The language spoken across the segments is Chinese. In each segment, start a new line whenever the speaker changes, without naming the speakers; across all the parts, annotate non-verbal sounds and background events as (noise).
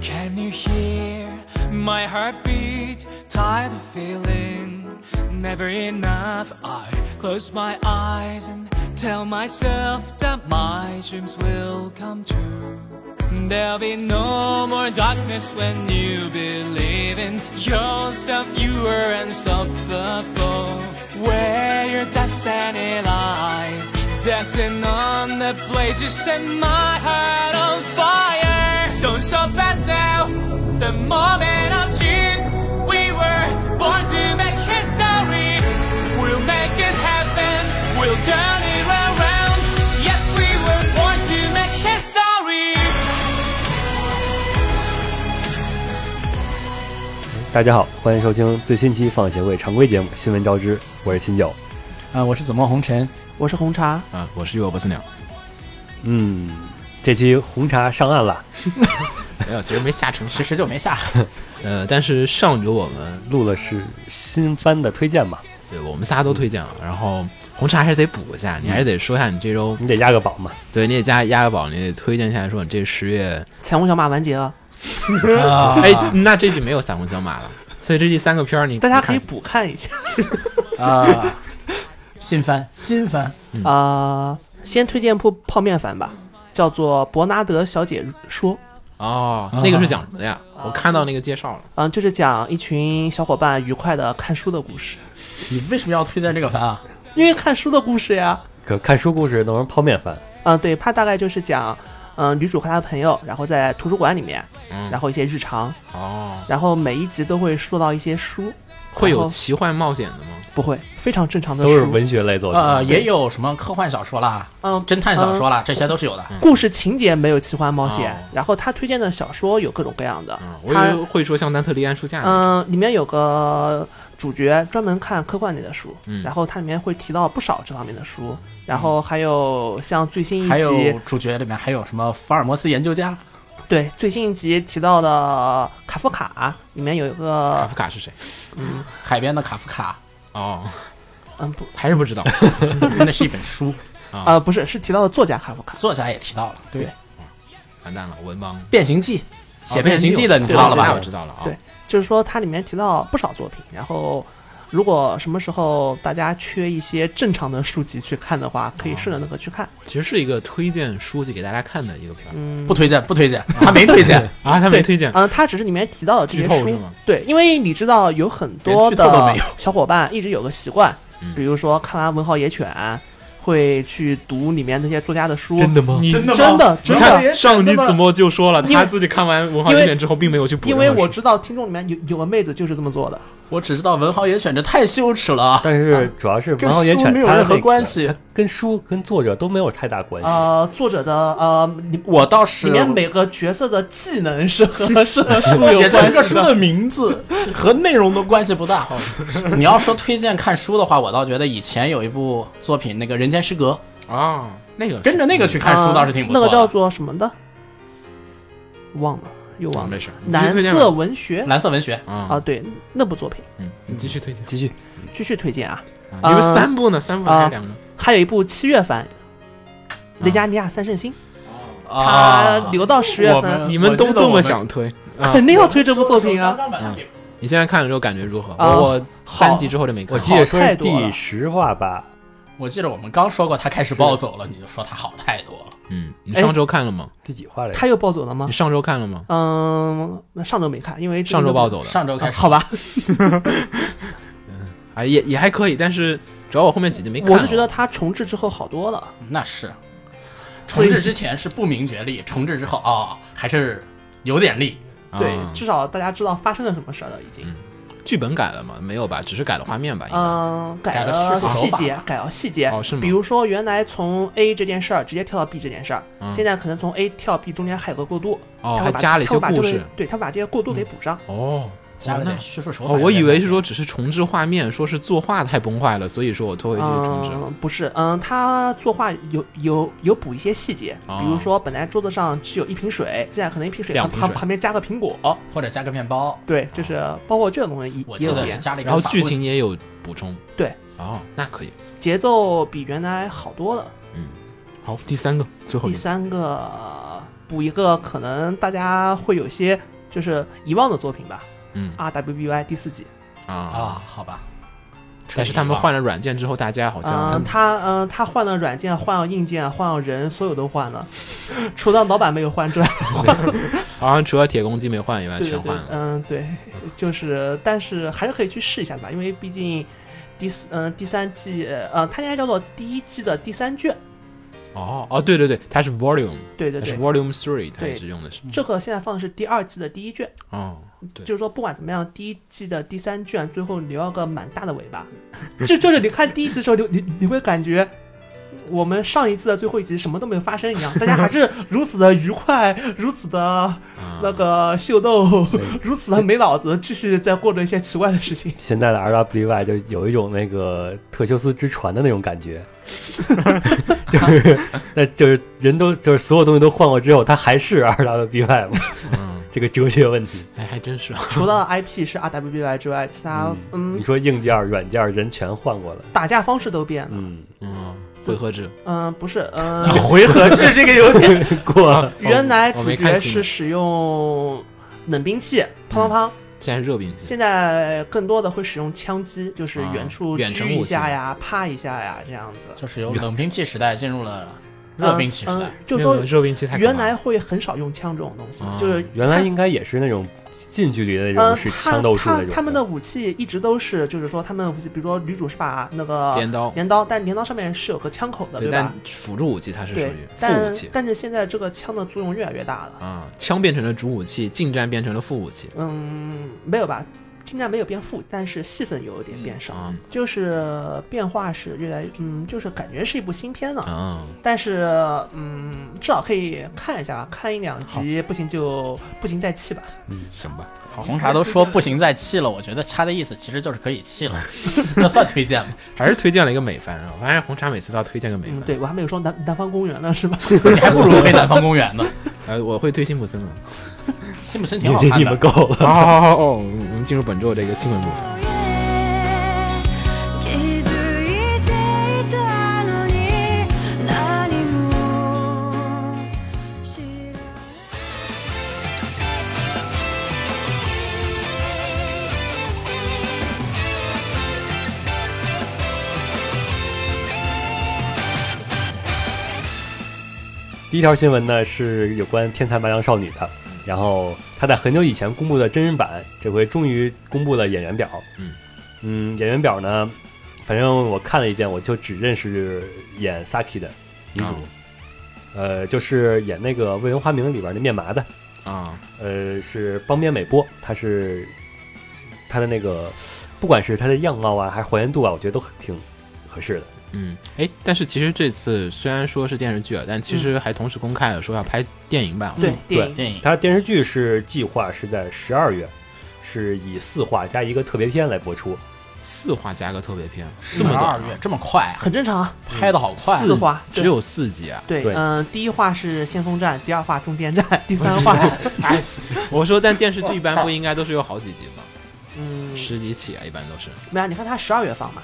Can you hear my heartbeat? Tired of feeling never enough. I close my eyes and tell myself that my dreams will come true. There'll be no more darkness when you believe in yourself. You are unstoppable. Where your destiny lies, dancing on the blade, you set my heart on fire. Don't stop us now. The moment of truth, we were born to make history. We'll make it happen. We'll turn it around. Yes, we were born to make history.
大家好，欢迎收听最新期放协会常规节目《新闻招之》，我是秦九。
啊，我是紫陌红尘，
我是红茶，
啊，我是月不死鸟。
嗯，这期红茶上岸了，
没有，其实没下 (laughs) 成，
迟迟就没下。
呃，但是上周我们
录了是新番的推荐嘛，
对我们仨都推荐了，然后红茶还是得补一下，你还是得说一下你这周，
你得压个榜嘛。
对你得加压个宝，你得推荐一下说你这十月，
彩虹小马完结啊了，
哎，那这季没有彩虹小马了，所以这季三个片儿你
大家可以
你看
补看一下
啊，新番，新番，
啊、呃先推荐部泡面番吧，叫做《伯纳德小姐说》，
哦，那个是讲什么的呀？我看到那个介绍了，
嗯、就是讲一群小伙伴愉快的看书的故事，
你为什么要推荐这个番啊？
因为看书的故事呀。
可看书故事弄成泡面番，
嗯、对，它大概就是讲，嗯、女主和她的朋友，然后在图书馆里面，
嗯
然后一些日常，
哦，
然后每一集都会说到一些书，
会有
然后
奇幻冒险的吗？
不会非常正常的
都是
书，
文学类作品。
呃，也有什么科幻小说啦，
嗯、
侦探小说啦，这些都是有的。
故事情节没有奇幻冒险，
哦
然后他推荐的小说有各种各样的。
嗯，我以
他
为会说像丹特利安书架那种，
嗯、里面有个主角专门看科幻类的书，然后它里面会提到不少这方面的书，然后还有像最新一
还有
集，
主角里面还有什么福尔摩斯研究家？
对最新一集提到的卡夫卡，里面有一
卡
个
夫卡是谁？
海边的卡夫卡， (laughs)
哦，
嗯不
还是不 (laughs) 知道。
那是一本书，
呃不是是提到的作家卡夫卡，
作家也提到了，对，《
完蛋了，文盲。哦
变形记》写《变形记》的你
对
知道了
那
吧
我？知道了啊。
对就是说它里面提到不少作品，然后。如果什么时候大家缺一些正常的书籍去看的话，可以顺着那个去看。
其实是一个推荐书籍给大家看的一个片儿、
不推荐，不推荐，他没推荐，
啊，他没推 (laughs) 荐，
嗯，他只是里面提到了这些
剧透是
书
吗，
对，因为你知道有很多
连剧透都没
的
有
小伙伴一直有个习惯
嗯，
比如说看完《文豪野犬》，啊会去读里面那些作家的书，
的吗？你
真的真的
你看上集子墨就说了，
因为
他自己看完《文化经典》之后，并没有去补任
因
何
为
书。
我知道听众里面有有个妹子就是这么做的，
(laughs) 我只知道文豪野选这太羞耻了啊，
但是主要是《
跟
文豪野
书
犬》
没有
它
任何
那个
关系。啊
跟书跟作者都没有太大关系。
呃，作者的呃里
我倒是
里面每个角色的技能是和是和书
也
有
就是
关
个
系
书
的。
的哦名 (laughs) 字和内容都关系不大。你要说推荐看书的话，我倒觉得以前有一部作品，那个《人间失格
啊，那个》，
跟着那个去看书倒是挺不
呃那
错的。
个叫做什么的，忘了又忘了
没，事，你继续
蓝
推荐
色
吧
文学
蓝色文学，
啊，
啊，
对，那部作品
嗯，你继续推荐，
继续，
继续推荐啊。
啊你们三部呢？三部还是两个？
还有一部七月
啊
份，《雷加尼亚三圣星》，
啊
它留到十月
我们
份，
你们都这么想推啊？
肯定要推这部作品啊。
啊你现在看了之后感觉如何？
啊
我三
好
集之后就没看
我
了。
记得说
好
是
太多了
第十话吧，
我记得我们刚说过他开始暴走了，你就说他好太多了。
嗯，你上周看了吗？
第几话来着？
他又暴走了吗
你？上周看了吗？
嗯，那上周没看，因为
上周暴走的。
上周开始，
好吧，
啊，也也还可以，但是主要我后面几集没看。
我是觉得他重置之后好多了。
嗯那是
所
重
以
置之前是不明觉厉，重置之后啊、还是有点力。
啊
对，至少大家知道发生了什么事儿了，已经。
剧本改了吗？没有吧，只是改了画面吧？应该
嗯，改
改了
了
叙述
细
手法
节，改了细节。
哦是吗
比如说原来从 A 这件事儿直接跳到 B 这件事儿，
嗯
现在可能从 A 跳 B 中间还有个过渡，
哦，
他
还
会把
加了一
他
些
会把这
故
个
事。
对他把这些过渡给补上。
哦，
加了
那
点叙述手法
哦，
有点。
我以为是说只是重置画面，说是作画太崩坏了，所以说我拖回去重置了。
嗯，不是，嗯，他作画有有有补一些细节，
哦
比如说本来桌子上只有一瓶水，现在可能一瓶水
两
旁
瓶
旁
水哦
旁边加个苹果，
或者加个面包，
对，就是包括这种东西
我
也
记
也有
得是
变，
加了一个
然后
法
剧
棍啊
情也有补充。
对，
哦，那可以。
节奏比原来好多了。
好，第三个，最后一
第
个
三个补一个可能大家会有些就是遗忘的作品吧，
嗯
，R W B Y 第四季，
啊
啊，好吧。
但是他们换了软件之后，大家好像
嗯，他嗯他换了软件，换了硬件，换了人，所有都换了， (laughs) 除了老板没有换之外，
好像除了铁公鸡没换以外，
对对
全
对
换，了。
嗯对，就是但是还是可以去试一下的吧，因为毕竟第四嗯、第三季呃它应该叫做第一季的第三卷，
哦哦，对对对，它是 Volume，
对对
它
对
是。Volume Three，它
对嗯
也是用的是
这个现在放的是第二季的第一卷，
哦，对
就是说不管怎么样，第一季的第三卷最后留了个蛮大的尾巴。
嗯
(laughs) 就就是你看第一集的时候，你你你会感觉我们上一季的最后一集什么都没有发生一样，大家还
(laughs)
是如此的愉快，如此的
啊
那个秀逗， (laughs) 如此的没脑子，继续在过着一些奇怪的事情。
现在的 R W Y 就有一种那个特修斯之船的那种感
(laughs)
觉，就是那就是人都就是所有东西都换过之后，它还是 R W Y 吗？
嗯，
这个哲学问题，
哎，还真是啊。(laughs)
除了 IP 是 RWBY 之外，其他嗯
你说硬件、软件，人全换过了，
打架方式都变了。
嗯，
嗯，回合制，
嗯、不是，
(laughs)
嗯、
回合制这个有点嗯过了，
(laughs) 原来
哦我
主
没看
角
清嗯
是使用冷兵器，砰砰砰。
现在是热兵器。
现在更多的会使用枪击，就是
啊
远处
远程
狙一
武器
下呀、啪一下呀这样子。
就是由冷兵器时代进入了热兵器时
嗯
代
嗯，就
没
说
有热兵器太可怕
原
了
来会很少用枪这种东西
啊，
就是
原来应该也是那种近距离的那
呃，
种是枪
他
斗术
他
那种。
他们的武器一直都是，就是说他们的武器，比如说女主是把那个
镰刀
镰刀，但镰刀上面是有个枪口的，
对，
吧
但？辅助武器它是属
对
于，副武
但
器
但是现在这个枪的作用越来越大了。
啊，枪变成了主武器，近战变成了副武器
嗯，没有吧？尽量没有变富，但是戏份有一点变少，
啊
就是变化是越来，嗯，就是感觉是一部新片了。
啊。
但是，嗯，至少可以看一下吧，看一两集，不行就不行再弃吧。
行吧，
哦
红茶都说不行再弃了，我觉得他的意思其实就是可以弃了， (laughs) 这算推荐吗？
还是推荐了一个美番啊。我发现红茶每次都要推荐个美
嗯，
番。
对我还没有说南南方公园呢，是吧？
你还不如推南方公园呢，
呃，我会推辛普森的。
(laughs)
辛普森
你
挺好
这
看
你们
的。
够了，
好好好好，哦，我们进入本周的这个新闻部分。
「気づいていたのに何も知らない」
第一条新闻呢是有关《天才麻将少女》的，
嗯
然后她在很久以前公布的真人版，这回终于公布了演员表。
嗯
嗯演员表呢，反正我看了一遍，我就只认识演 Saki 的女主，
哦
啊
呃，就是演那个《未闻花名》里边的面麻的，
啊，
呃，是邦边美波，她是她的那个，不管是她的样貌啊，还是还原度啊，我觉得都很挺合适的。
嗯，哎，但是其实这次虽然说是电视剧啊，但其
嗯
实还同时公开了说要拍电影版。
对，电
对
影
电影，
它电视剧是计划是在十二月，是以四话加一个特别篇来播出。
四话加个特别篇，这
这
么
么
短啊
二月这么快啊，
很正常啊。
拍的好快啊，
四话
只
对
有四集啊。
对，
对
嗯，第一话是先锋战，第二话中间战，第 (laughs) 三话， (laughs)
哎，我说，但电视剧一般不应该都是有好几集吗？
嗯，
十集起啊，一般都是。
没有，你看他十二月放嘛，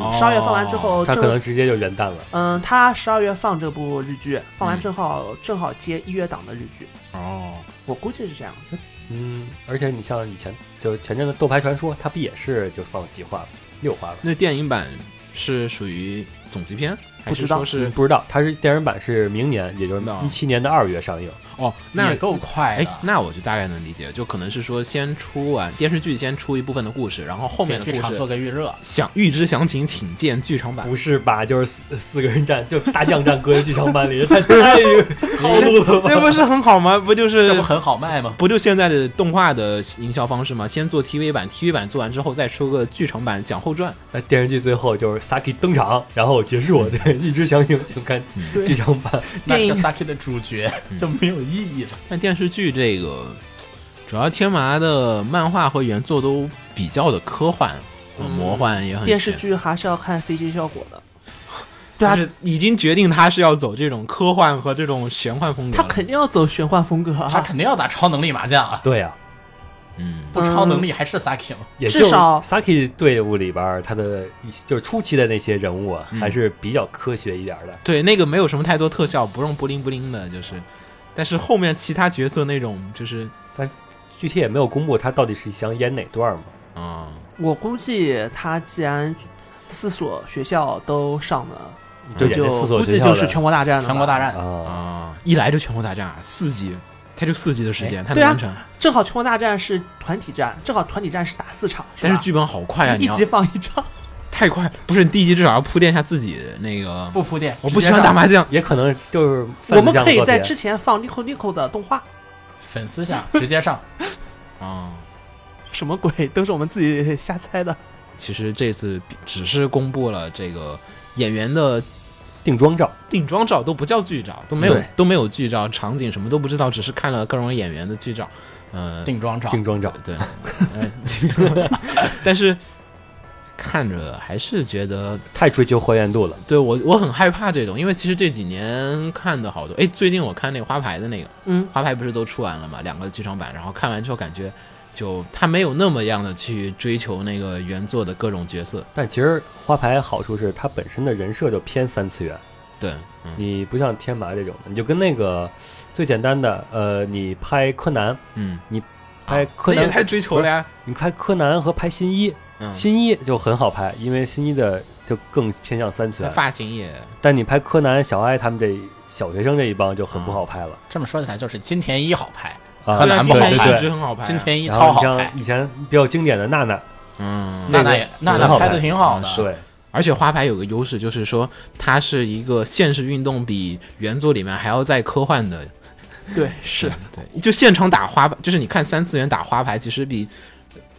哦
十二嗯月放完之，后
它
正
可能直接就元旦了。
嗯，他十二月放这部日剧，放完
嗯
正好、正好接一月档的日剧，
哦，
我估计是这样子。
嗯，而且你像以前就是前阵的《斗牌传说》，它不也是就放几话了，六话吧？
那电影版是属于总集篇，还
不知
是
道
说是
嗯不知道，它是电影版是明年，也就是
那
一七年的二月上映。
哦？那
也够快
哎
的，。
那我就大概能理解，就可能是说先出完电视剧，先出一部分的故事，然后后面的
给剧
故
场做
事
个预热，
想预知详情，请见剧
(laughs)
场版。
不是吧？就是四四个人站，就大将战搁在剧场版里，太太套路了吧？
那不是很好吗？不就是
这不很好卖吗？
不就现在的动画的营销方式吗？先做 TV 版，TV 版做完之后再出个剧场版讲后传。
那电视剧最后就是 Saki 登场，然后结束。对，一直相信请看
对
剧场版。
那这个
电影
Saki 的主角就没有意义了。
但电视剧这个，主要天麻的漫画和原作都比较的科幻、魔幻，也很
电视
玄
剧还是要看 CG 效果的。对啊
就，是已经决定他是要走这种科幻和这种玄幻风格
他
了。
肯定要走玄幻风格
他
啊，
肯定要打超能力麻将啊，
对呀、
嗯，
不超能力还是 Saki 吗？
也
至
就是
少
Saki 队伍里边儿，他的一些就是初期的那些人物啊，
嗯
还是比较科学一点儿的。
对，那个没有什么太多特效，不用布灵布灵的，就是。嗯但是后面其他角色那种就是，
具体也没有公布他到底是想演哪段嘛。
啊、
我估计他既然四所学校都上了，
嗯
就演
就
嗯那四所
估
学
计
校
就
的
是全国大战了吧。
全国大战，
哦
啊，
啊、一来就全国大战啊四集，他就四集的时间，他能
对啊
完成。
正好全国大战是团体战，正好团体战是打四场，
但是
吧
剧本好快啊！你
一
要
集放一张，
太快，不是你第一集至少要铺垫一下自己那个。
不铺垫，
我不
直
喜
接
欢
啊
上
打麻将，
也可能就是
我
分
们
量
可以
特别
在之前放 Nico Nico 的动画，
粉丝向，直接上。
啊、
哦什么鬼都是我们自己瞎猜的。
其实这次只是公布了这个演员的
定妆照，
定妆照，都不叫剧照，都没有
对
都没有剧照，场景什么都不知道，只是看了各种演员的剧照。嗯、
定妆照，
定妆照。
对，呃 (laughs) 但是看着还是觉得
太追求还原度了。
对我我很害怕这种，因为其实这几年看的好多，哎，最近我看那个花牌的那个，
嗯，
花牌不是都出完了嘛，两个剧场版，然后看完之后感觉就他没有那么样的去追求那个原作的各种角色，
但其实花牌好处是它本身的人设就偏三次元，
对，嗯
你不像天麻这种的，你就跟那个最简单的，呃，你拍柯南，
嗯，
拍柯
那
南，
也太追求了呀，
你拍柯南和拍新一，
嗯，
新一就很好拍，因为新一的就更偏向三次
他
元。
发型也
但你拍柯南、小哀他们这小学生这一帮就很不好拍了。
这么说起来就是金田一好拍，
啊
柯南
今
不好
天
拍
一直很好拍啊，
金田一
然后
超
你
好
像
拍，
以前比较经典的娜娜，
嗯，
娜
那
娜
个
也娜
很
娜
好
拍
拍
的挺好的，
对，
而且花牌有个优势就是说它是一个现实运动比原作里面还要再科幻的
对，是
嗯对，就现场打花牌，就是你看三次元打花牌，其实比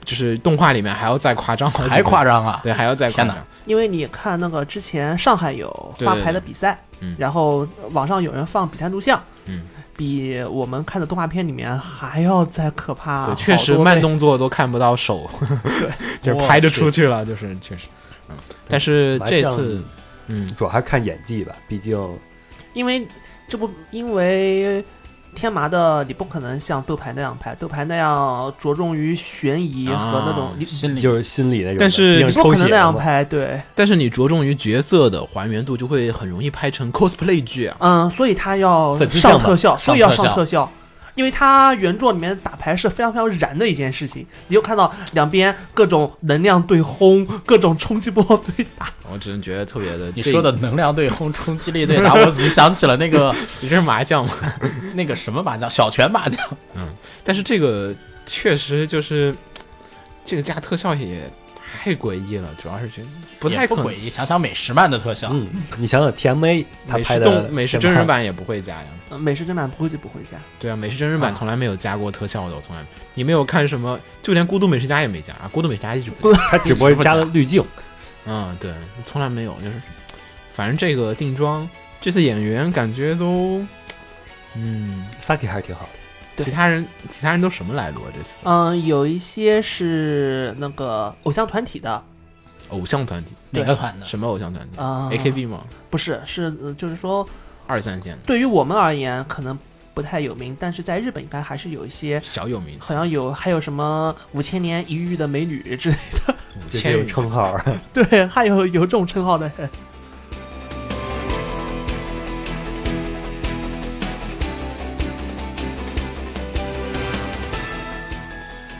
就是动画里面还要再夸张好几倍，
还夸张啊！
对，还要再夸
天哪
张。
因为你看那个之前上海有
对
花牌的比赛，
对嗯
然后网上有人放比赛录像，
嗯，
比我们看的动画片里面还要再可怕，
对，
啊
确实
好多
慢
倍。
动作都看不到手， (laughs) 就是
我
拍着
去
出去了，就是确实，嗯，但是
麻
这
将
次，嗯，
主要还是看演技吧，毕竟
因为这不因为天麻的你不可能像豆牌那样拍，豆牌那样着重于悬疑和那种、
啊
你
心里
就是心理那种的，
但是
毕
你
竟抽
不可
血
能那
了
样
嘛
拍，对，
但是你着重于角色的还原度，就会很容易拍成 cosplay 剧啊。
嗯，所以他要
粉丝
上
向吧
特效，所以要上
上特效
特效。因为他原作里面打牌是非常非常燃的一件事情，你就看到两边各种能量对轰，各种冲击波对打，
我只能觉得特别的，
你
这
说的能量对轰、冲击力
(laughs)
对打，我怎么想起了那个
其实是麻将嘛，
那个什么麻将，小拳麻将，
但是这个确实就是这个加特效也太诡异了，主要是觉得不太
也不
可能
诡异。想想美食漫的特效，
嗯，你想想 TMA 他拍
美食
的
动美食真
(laughs)
人
版，
版也不会加呀。
呃 (laughs) 美式正版估计不会加。
对啊，美食真人版从来没有加过特效的，我从来没。你没有看什么，就连《孤独美食家》也没加啊，《孤独美食家》一直不加。
他只不过是加了滤镜，
嗯，对，从来没有，就是反正这个定妆，这次演员感觉都，嗯，
Saki 还是挺好的。
对
其他人其他人都什么来路啊？这次
嗯，有一些是那个偶像团体的，
偶像团体
哪个团的？
什么偶像团体
啊
？AKB 吗？
不是是、呃就是说
二三线的
对于我们而言可能不太有名，但是在日本应该还是有一些，
小有名气，
好像有还有什么五千年一遇的美女之类
五
就
千
这种
人
称号，
的， (laughs) 对，还有有这种称号的人。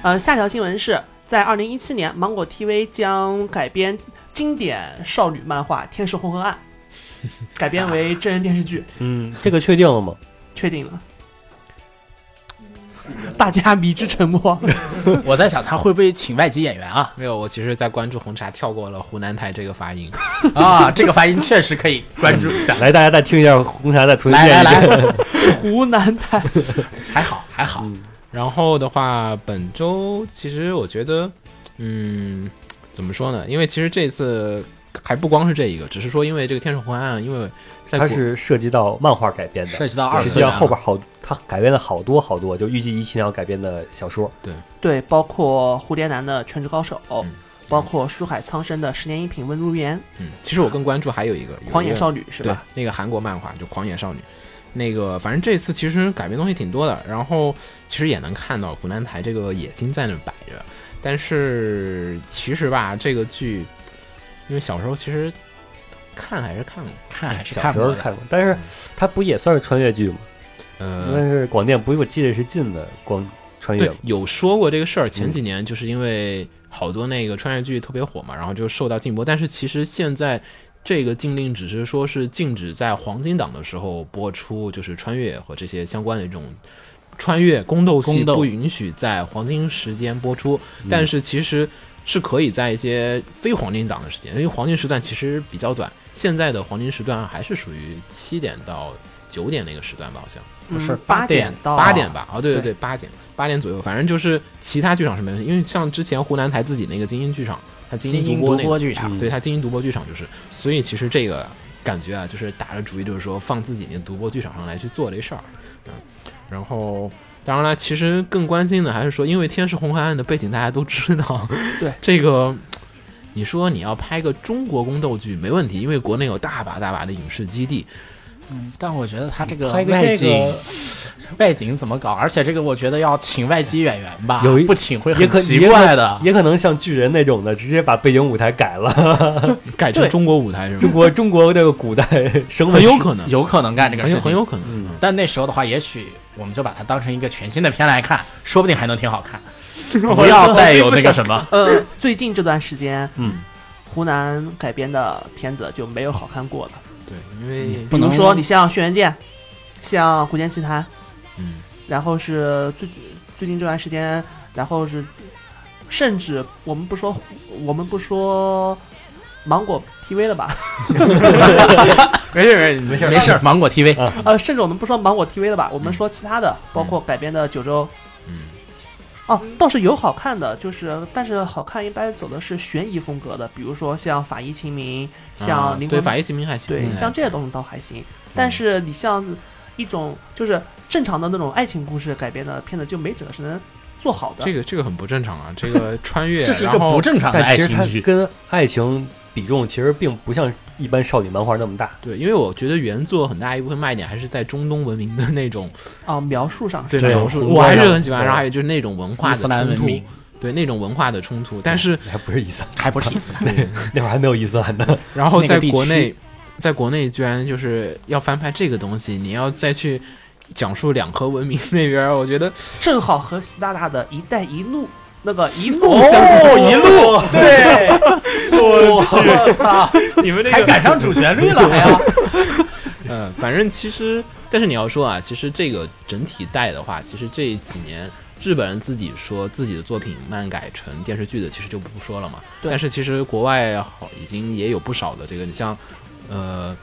呃，下条新闻是在二零一七年，芒果 TV 将改编经典少女漫画《天使红和暗》，改编为真人电视剧，
嗯，这个确定了吗？
确定了。大家迷之沉默，
我在想他会不会请外籍演员
(laughs)
啊？
没有，我其实，在关注红茶跳过了湖南台这个发音。
啊，这个发音确实可以关注一下。
来，大家再听一下红茶，再重新
来
念
来
一遍。
来，
湖南台
还好还好，
然后的话，本周其实我觉得，嗯，怎么说呢？因为其实这次还不光是这一个，只是说因为这个《天使红案》，因为在
它
国
是涉及到漫画改编的，
涉及到二
实
次
际
元
上
了
后边好，它改编了好多好多，就预计一七年要改编的小说。
对，包括蝴蝶男的《全职高手》
嗯
包括书海苍生的《十年一品温如言
嗯，其实我更关注还有一个《有》一
《
个
狂野少女》是
对
吧？，
那个韩国漫画就《狂野少女》，那个反正这次其实改编东西挺多的，然后其实也能看到湖南台这个野心在那摆着，但是其实吧，这个剧，因为小时候其实看还是看过，
看还是
小
看
时
不
候
了。嗯
看过，但是它不也算是穿越剧吗？但
呃，
是广电不，我记得是进的光穿越
对
嘛，
有说过这个事儿，前
嗯
几年就是因为好多那个穿越剧特别火嘛，然后就受到禁播，但是其实现在。这个禁令只是说是禁止在黄金档的时候播出，就是穿越和这些相关的这种穿越宫斗戏
宫斗
不允许在黄金时间播出，
嗯
但是其实是可以在一些非黄金档的时间，因为黄金时段其实比较短，现在的黄金时段还是属于七点到九点那个时段吧，好像。
嗯
是
八
八点
到
八点吧？哦，对对
对
对，八点八点左右，反正就是其他剧场是没问题，因为像之前湖南台自己那个精英剧场，它精
精
英
英
独播
独
那
播
个，嗯
剧场，
对它精英独播剧场就是，所以其实这个感觉啊，就是打着主意就是说放自己那独播剧场上来去做这事儿，嗯，然后。当然了，其实更关心的还是说，因为《天是红河岸》的背景大家都知道，
对
这个，你说你要拍个中国宫斗剧没问题，因为国内有大把大把的影视基地，
但我觉得他这个
拍个
外
这
景
个
外景怎么搞？而且这个我觉得要请外籍演员吧，
有一
不请会
也
很
可
奇怪的。
也可能像巨人那种的，直接把背景舞台改了， (laughs)
改成
对
中国舞台是
中
吗？
国中国这个古代省
很
委
有可能，
有可能干这个
很有
事
很
情，
有可能。嗯
但那时候的话，也许我们就把它当成一个全新的片来看，说不定还能挺好 (laughs) 看。不要带有那个什 (laughs) 么，
呃，最近这段时间，
嗯，
湖南改编的片子就没有好看过了。
对，嗯因为
比如说，你像《轩辕剑》，像《古剑奇谭》，
嗯，
然后是最最近这段时间，然后是甚至我们不说我们不说芒果 TV 了吧，
没事没事
(laughs) 没事儿，芒果 TV
呃，甚至我们不说芒果 TV 了吧，我们说其他的，包括改编的《九州》。
嗯，
哦，倒是有好看的，就是但是好看一般走的是悬疑风格的，比如说像《法医秦明》，像《灵
啊对
魂
法医秦明还嗯行，
对，
嗯
像这些东西倒还行。但是你像一种就是正常的那种爱情故事改编的片子，就没几个是能做好的。
这个这个很不正常啊，这个穿越，
这是一个
然后
不正常的
但
爱
其实它
情剧。
跟爱情比重其实并不像一般少女漫画那么大。
对，因为我觉得原作很大一部分卖点还是在中东文明的那种
啊、描述上
对
是
对
描述，
宏
我还
观
是
上
很喜欢。
对
然后还有就是那种文化
伊
的
斯兰
冲
文
突
明，
对那种文化的冲突，但是
还不是伊斯兰，
还不是伊斯 (laughs) 兰，
那会儿还没有伊斯兰呢。
然后
那个
在
地
国
区
内，在国内居然就是要翻拍这个东西，你要再去讲述两河文明 (laughs) 那边儿，我觉得
正好和习大大的一带一路那个一
哦
路相冲，
一路，
(laughs)
(laughs)
对，
我去，
你们这
还赶上主旋律了，还要
(laughs) 嗯，反正其实，但是你要说啊，其实这个整体带的话，其实这几年日本人自己说自己的作品漫改成电视剧的，其实就不说了嘛。
对
但是其实国外好已经也有不少的这个，你像，呃，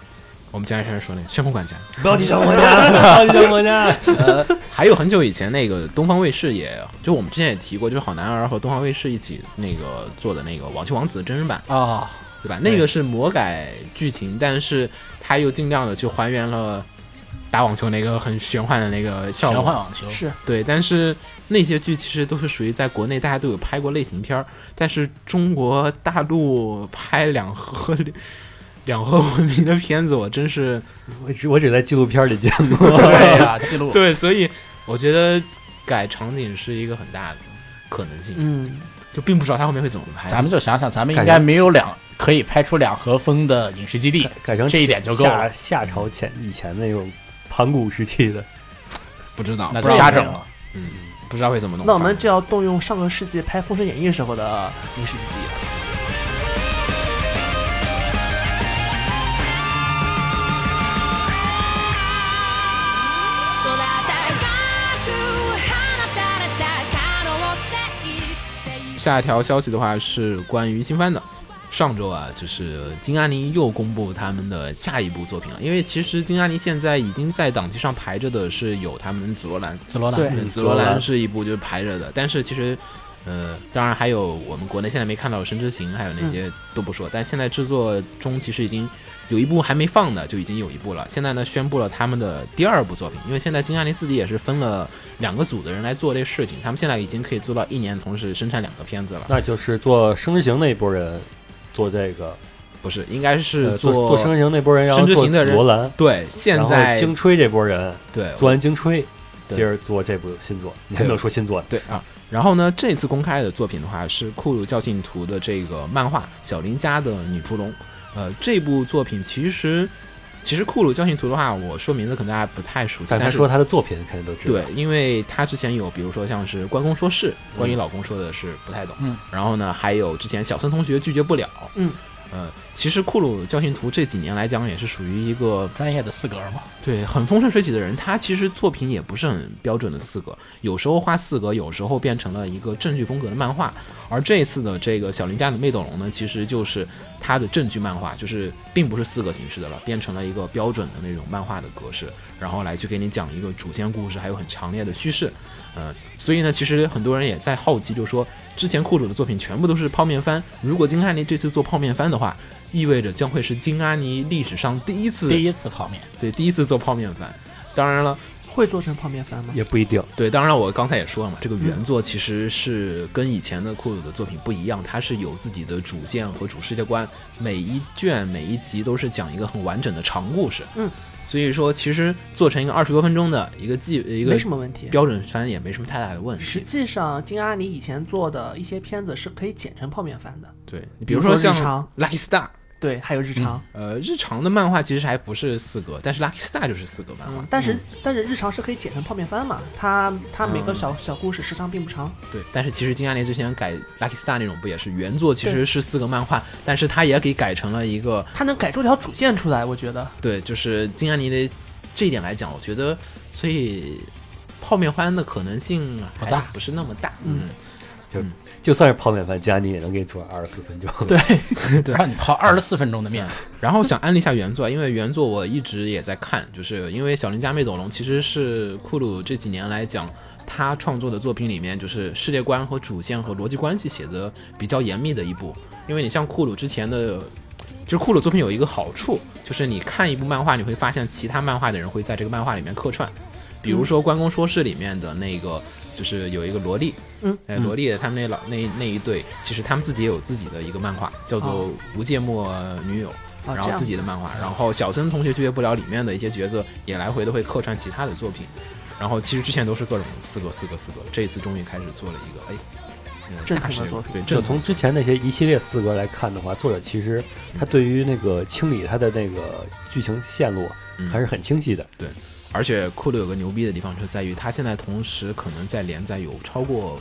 我们前一开始说那个《旋风管家》，
不要提小国家，不要提小国家。
呃，还有很久以前那个东方卫视也，就我们之前也提过，就是好男儿和东方卫视一起那个做的那个《网球王子》真人版，
哦，
对吧？那个是魔改剧情，但是他又尽量的去还原了打网球那个很玄幻的那个效
玄
果。
幻网球
是
对，但是那些剧其实都是属于在国内大家都有拍过类型片儿，但是中国大陆拍两河两河文明的片子，我真是
我 (laughs) 只我只在纪录片里见过。
(laughs) 对呀，记录
(laughs) 对，所以我觉得改场景是一个很大的可能性，
嗯，
就并不知道他后面会怎么拍。
咱们就想想，咱们应
感
该
觉
没有两可以拍出两河风的影视基地，
(laughs) 改成
这一点就够
夏
了
夏朝前以前那种盘古时期的，
不知道，
那
不
就
知道
瞎
会
整
怎么
了。
嗯，不知道会怎么弄。
那我们就要动用上个世纪拍《封神演义》时候的影视基地了。
「
下一条消息的话是关于新番的。上周啊，就是金阿尼又公布他们的下一部作品了，因为其实金阿尼现在已经在档期上排着的是有他们紫罗兰，
紫罗兰，
对
嗯
嗯
紫罗兰是一部就是排着的，但是其实，呃，当然还有我们国内现在没看到《神之行》，还有那些都不说，但现在制作中其实已经有一部还没放的，就已经有一部了。现在呢，宣布了他们的第二部作品，因为现在金嘉林自己也是分了两个组的人来做这事情，他们现在已经可以做到一年同时生产两个片子了，
那就是做《生之行》那一波人做这个，
不是，应该是
呃做做《生之行》那波人，然后
生之
做
行的
紫
人
罗兰，
对，现
然后
在
京吹这波人
对
做完京吹，
对
接着做这部新作。你还没有说新作呢，
对啊。然后呢，这次公开的作品的话是《库鲁教信图》的这个漫画《小林家的女仆龙》。呃，这部作品其实其实《库鲁教信图》的话，我说名字可能大家不太熟悉，
但
但
他
是
说他的作品肯定都知道。
对，因为他之前有比如说像是关公说事，关
嗯
于老公说的是不太懂。
嗯，
然后呢，还有之前小森同学拒绝不了。
嗯。
呃，其实库鲁教信图这几年来讲也是属于一个
专业的四格嘛，
对，很风生水起的人，他其实作品也不是很标准的四格，有时候画四格，有时候变成了一个正剧风格的漫画。而这一次的这个小林家的妹斗龙呢，其实就是他的正剧漫画，就是并不是四格形式的了，变成了一个标准的那种漫画的格式，然后来去给你讲一个主线故事，还有很强烈的叙事。嗯，所以呢，其实很多人也在好奇，就说之前库主的作品全部都是泡面番，如果金阿尼这次做泡面番的话，意味着将会是金阿尼历史上第一次
第一次泡面，
对，第一次做泡面饭。当然了，
会做成泡面番吗？
也不一定。
对，当然我刚才也说了嘛，这个
嗯
原作其实是跟以前的库鲁的作品不一样，它是有自己的主线和主世界观，每一卷每一集都是讲一个很完整的长故事。
嗯，
所以说其实做成一个二十多分钟的一个记一个
没什么问题。
标准番也没什么太大的问
实
题。
际上，金阿尼以前做的一些片子是可以剪成泡面番的，
对，比
比
如
如
说
说
像
日常
Lucky Star，
对，还有日常。
呃，日常的漫画其实还不是四格，但是 Lucky Star 就是四格漫画
嗯。，但是、但是日常是可以剪成泡面番嘛？它它
嗯
每个小、小故事时长并不长，
对，但是其实金安莲之前改《Lucky Star》那种不也是原作其实是四个漫画，但是他也给改成了一个
它能改出条主线出来，我觉得。
对，就是金安妮的这一点来讲，我觉得所以泡面番的可能性还
不大
不是那么大。
嗯
就算是泡面饭，加你也能给你做二十四分钟。
对，让你泡二十四分钟的面，
然后想安利一下原作，因为原作我一直也在看，就是因为《小林家妹斗龙》其实是库鲁这几年来讲他创作的作品里面，就是世界观和主线和逻辑关系写的比较严密的一部。因为你像库鲁之前的，就是库鲁作品有一个好处，就是你看一部漫画，你会发现其他漫画的人会在这个漫画里面客串，比如说《关公说事》里面的那个，就是有一个萝莉。
嗯，
哎，萝莉他们那老那那一对，其实他们自己也有自己的一个漫画，叫做《无界墨女友》。
啊，
然
这
后
样
自己的漫画，然后小森同学拒绝不了里面的一些角色也来回的会客串其他的作品，然后其实之前都是各种四个四个四个，这一次终于开始做了一个哎，嗯，
正
大
统的
师
作品
对
就
正统
从之前那些一系列四格来看的话，作者其实
嗯
他对于那个清理他的那个剧情线路
嗯
还是很清晰的。
而且库鲁有个牛逼的地方就在于他现在同时可能在连载有超过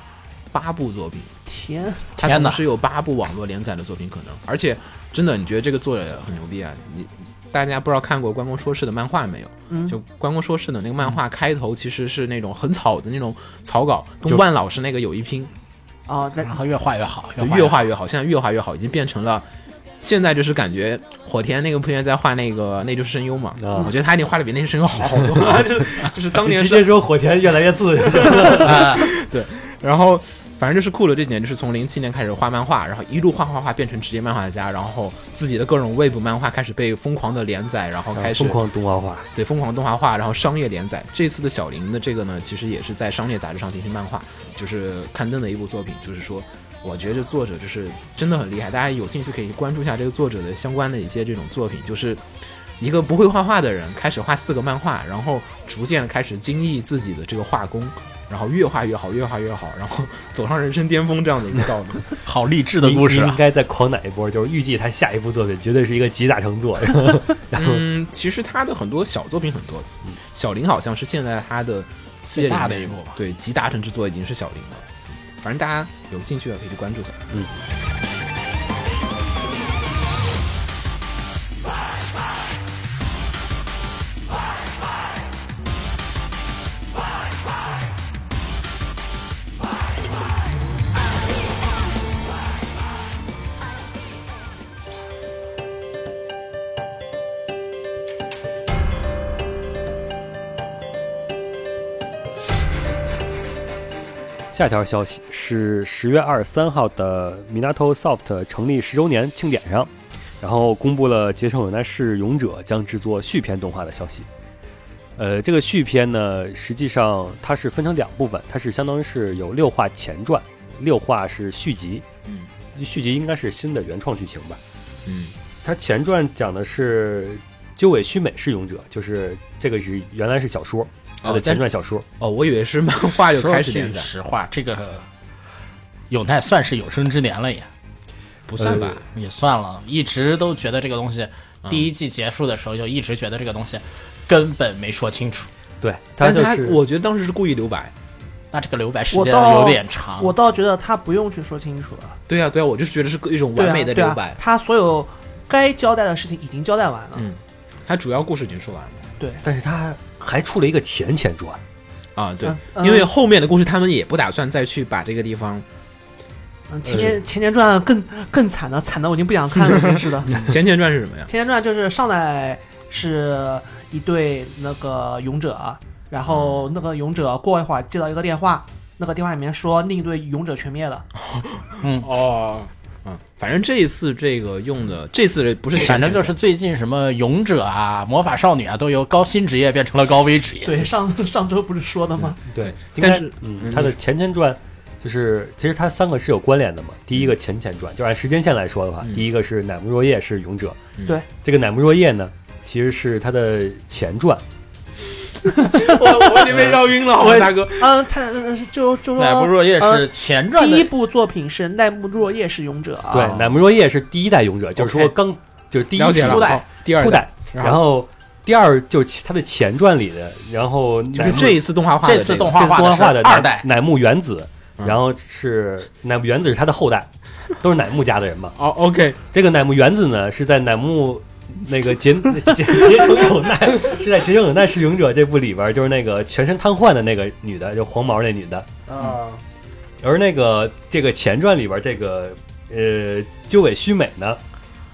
八部作品，
天，
他
天哪
同时有八部网络连载的作品可能，而且真的你觉得这个作者很牛逼啊？你大家不知道看过关公说事的漫画没有？
嗯，
就关公说事的那个漫画开头其实是那种很草的那种草稿，跟万老师那个有一拼，
哦，那
然后越画越好，
就
画
越
越
画越好，现在越画越好，已经变成了。现在就是感觉火田那个配乐在画那个《内就是声优》嘛，
啊
我觉得他已经画的比《内就是声优》好好多了，就是就是当年
直
是
接说火田越来越自信，
然后反正就是酷了，这几年就是从零七年开始画漫画，然后一路画画画变成职业漫画家，然后自己的各种 Web 漫画开始被疯狂的连载，然后开始
疯狂动画化。
对疯狂动画化，然后商业连载。这次的小林的这个呢，其实也是在商业杂志上进行漫画，就是刊登的一部作品，就是说。我觉得作者就是真的很厉害，大家有兴趣可以关注一下这个作者的相关的一些这种作品。就是一个不会画画的人开始画四个漫画，然后逐渐开始精益自己的这个画工，然后越画越好，越画越好，然后走上人生巅峰这样的一个道路。
好励志
你你应！该再狂奶一波，就是预计他下一部作品绝对是一个集大成作。然后然后
嗯，其实他的很多小作品很多，小林好像是现在他嗯的系列里面
最大的一部吧
对，集大成之作已经是小林了。反正大家有兴趣的可以去关注一下。
「ありがとう」
下一条消息是十月二十三号的 Minato Soft 成立十周年庆典上，然后公布了《结城忍耐是勇者》将制作续篇动画的消息。呃，这个续篇呢，实际上它是分成两部分，它是相当于是有六话前传，六话是续集。
嗯
续集应该是新的原创剧情吧？
嗯
它前传讲的是鸠尾须美是勇者，就是这个是原来是小说，它
哦
的前
但
传小说。
哦，我以为是漫画就开始
说
连
句
载，
实话，这个有奈算是有生之年了也，
不算吧？
也算了，一直都觉得这个东西，第一季结束的时候就一直觉得这个东西根本没说清楚。
对，它
但
就
他
是
我觉得当时是故意留白。
那这个留白时
我
间
到
有点长，
我倒觉得他不用去说清楚了，
对啊对啊，我就是觉得是一种
对
完
啊
美的
对
留
啊
白。
他所有该交代的事情已经交代完了。
嗯，他主要故事已经说完了。
但是它还出了一个前前传。
啊，对
嗯，嗯
因为后面的故事他们也不打算再去把这个地方呃
嗯，前年前年传更更惨了，惨的我已经不想
(laughs)
看了，真是的。
前前传是什么呀？
前年传就是上来是一对那个勇者啊，然后
嗯
那个勇者过一会儿接到一个电话，那个电话里面说另一对勇者全灭了。
哦，嗯，反正这一次这个用的，这次不是前
反正
前
就是最近什么勇者啊、魔法少女啊，都由高薪职业变成了高危职业。
对， (laughs) 上上周不是说的吗？
对，
但
应该
是
嗯，
嗯
它的前前传就是其实它三个是有关联的嘛。第一个前前传，就按时间线来说的话，
嗯
第一个是乃木若叶是勇者，
嗯
对，
这个乃木若叶呢，其实是它的前传，
我我已经被绕
(laughs)
晕了，好吧，大哥。
嗯，他呃就就
乃木
说
若叶是
呃
前传
第
的
一部作品是奈木若叶是勇者啊，
对，乃木若叶是第一代勇者，就是说
OK
刚就是第一
了解了哦
初代
好第二
初，代，
然
然后第二就是它的前传里的，然后
就
乃
是
木
这一次动画化的
这次
个
动画
这
画
是画的
是二代，
乃乃木原子，
嗯
然后是乃木原子是他的后代，都是乃木家的人嘛。
哦，OK，
这个乃木原子呢是在乃木那个
(laughs)
结结结城有奈是在《结城有奈是勇者》这部里边儿，就是那个全身瘫痪的那个女的，就黄毛那女的。
啊，
而那个这个前传里边儿这个呃鸠尾须美呢，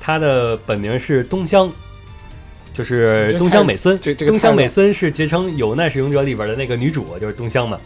她的本名是东乡，就是东乡美森。
这这个
东乡
太
美森是《结城有奈是勇者》里边的那个女主，就是东乡嘛。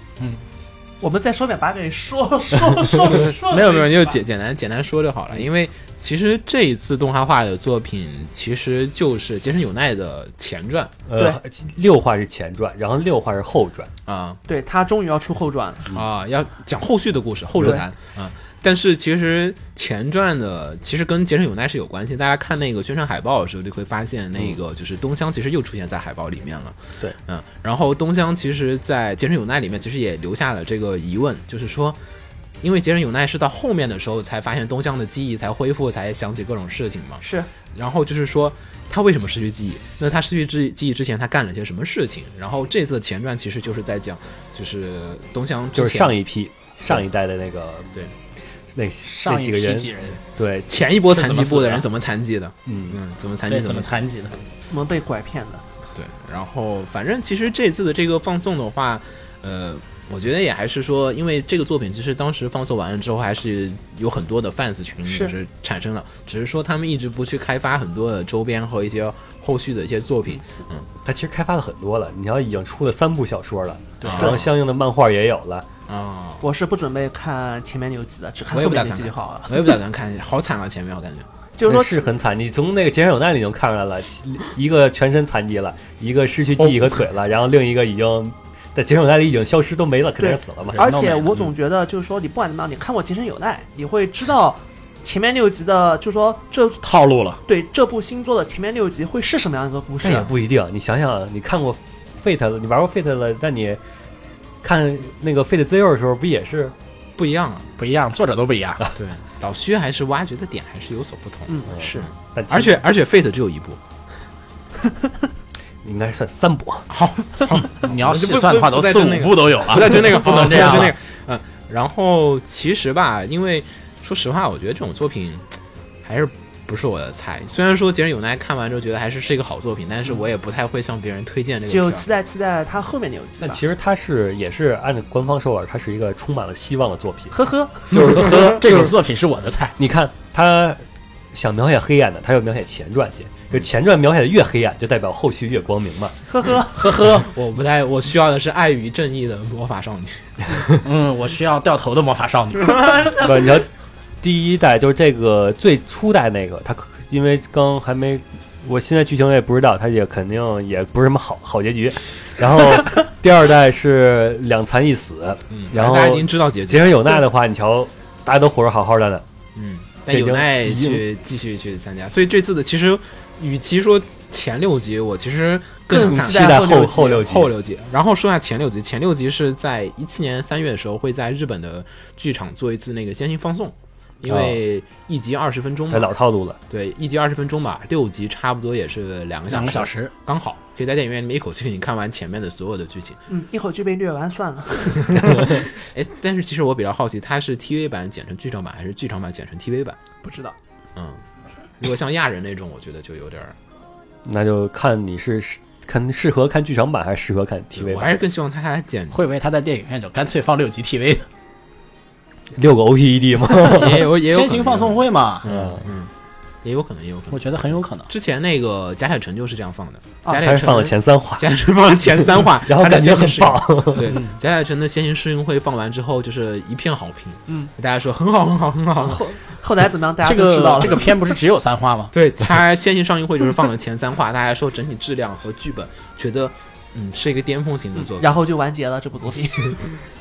我们再说点把给说说说说
(laughs) 没有没有，你就
解。
简简单简单说就好了。因为其实这一次动画化的作品其实就是《杰森有奈》的前传
呃，六话是前传，然后六话是后传。
啊
对他终于要出后传了，
嗯
啊，要讲后续的故事，后日谈啊。但是其实前传的其实跟《杰森有奈》是有关系。大家看那个宣传海报的时候，就会发现那个就是东乡其实又出现在海报里面了。
嗯对，
嗯，然后东乡其实，在《杰森有奈》里面其实也留下了这个疑问，就是说。因为杰森有奈是到后面的时候才发现东乡的记忆才恢复，才想起各种事情嘛。
是
然后就是说他为什么失去记忆？那他失去记记忆之前，他干了些什么事情？然后这次的前传其实就是在讲，就是东乡之
就是
前
上一批上一代的那个
对
那
上
那
一
几个
批
人
几人，
对，
前一波
是
残
怎
疾
么
部
死
的
的
人怎么残疾的？
嗯，
嗯，怎么残疾
对，
怎
怎
么
么残疾的？
怎么被拐骗的？
对。然后反正其实这次的这个放送的话，呃。我觉得也还是说，因为这个作品其实当时放送完了之后，还是有很多的 fans 群
是
就是产生了，只是说他们一直不去开发很多的周边和一些后续的一些作品。
他其实开发了很多了。你要已经出了三部小说了，
对
然后相应的漫画也有了。
啊、
我是不准备看前面六集的，只看
我也
后
不打
面那
算
集就
看
好了。
我也不打算看，好惨啊！前面我感觉，
就是
那
说，
是很惨，你从那个《解手奈》里就看出来了，一个全身残疾了，一个失去记忆
哦
和腿了，然后另一个已经在《解手奈》里已经消失都没了，肯定是死了嘛。
而
弄没
且
了
嗯
我总觉得就是说，你不管怎么样，你看过《杰森有奈》，你会知道前面六集的，就是说这
套路了，
对这部新作的前面六集会是什么样一个故事
哎
但？也不一定，你想想，你看过 Fate 了，你玩过 Fate 了，但你看那个 Fate Zero 的时候，不也是
不一样啊。
不一样，作者都不一样。
对，老薛还是挖掘的点还是有所不同。
嗯，
嗯
是
但其实
而且而且 Fate 只有一部，
应该算三部。啊
好，
你要细
不
算的话，
不
都
不再
四
争那
五
个
部都有了，
不再
(laughs)
争那个，
不能这样啊
不再
了
争。那个。嗯，然后其实吧，因为说实话，我觉得这种作品还是不是我的菜。虽然说《杰人有奈》看完之后觉得还是是一个好作品，但是我也不太会向别人推荐这个
就
片儿
期待期待他后面六集
但
吧。
其实它是也是按照官方说法，它是一个充满了希望的作品。
呵呵，
就是
(laughs) 这种作品是我的菜，
你看他想描写黑暗的，他又描写前传去；就前传描写的越黑暗，就代表后续越光明嘛。
呵呵，
呵呵，我不太，我需要的是爱与正义的魔法少女。
嗯，我需要掉头的魔法少女。
不，你要第一代就是这个最初代那个，他因为刚还没，我现在剧情我也不知道，他也肯定也不是什么好好结局。然后第二代是两残一死，
嗯，
然后
反正大家已经知道结
结
局。
上有奈的话，你瞧，大家都活着好好的呢。
嗯，但有奈
已经
去继续去参加，所以这次的其实，与其说前六集，我其实更
更
感
期
期
待
待
后
后
六
后六集，
后六集。然后说一下前六集，前六集是在一七年三月的时候会在日本的剧场做一次那个先行放送，因为一集二十分钟
这
嘛，
老套路了。
对，一集二十分钟吧，六集差不多也是两个小
(laughs) 两
时，
个小时，
刚好可以在电影院里面一口气给你看完前面的所有的剧情。
嗯，一会儿就被虐完算了。 (laughs)
哎，但是其实我比较好奇，它是 TV 版剪成剧场版，还是剧场版剪成 TV 版？
不知道，
嗯，如果像亚人那种，我觉得就有点儿，
那就看你是看适合看剧场版还是适合看 TV
我还是
版。
更希望它剪
会不会他在电影院就干脆放六集 TV 的
六个 OPED 吗？
也
(laughs)
有也有
先
可能
行放送会嘛？
(laughs) 嗯嗯，也有可能也有可能
我。觉得很有可能。
之前那个《贾乃成》就是这样放的，
啊
贾
(laughs) 还
乃成
是放了前三话，，
(laughs) 贾乃成放了前三话
(laughs)
(laughs)
然后
他的
感觉
先
很
行
棒。 (laughs)
试映。对，贾乃成的先行试映会放完之后，就是一片好评，
嗯，
大家说很好，很好，很好。很好？
后后来怎么样，大家
这
都知道
个
了。
这个片不是只有三话吗
对他先行上映会就是放了前三话，大家说整体质量和剧本，觉得嗯是一个巅峰型的
嗯
作品。
然后就完结了这部
(laughs)
作品。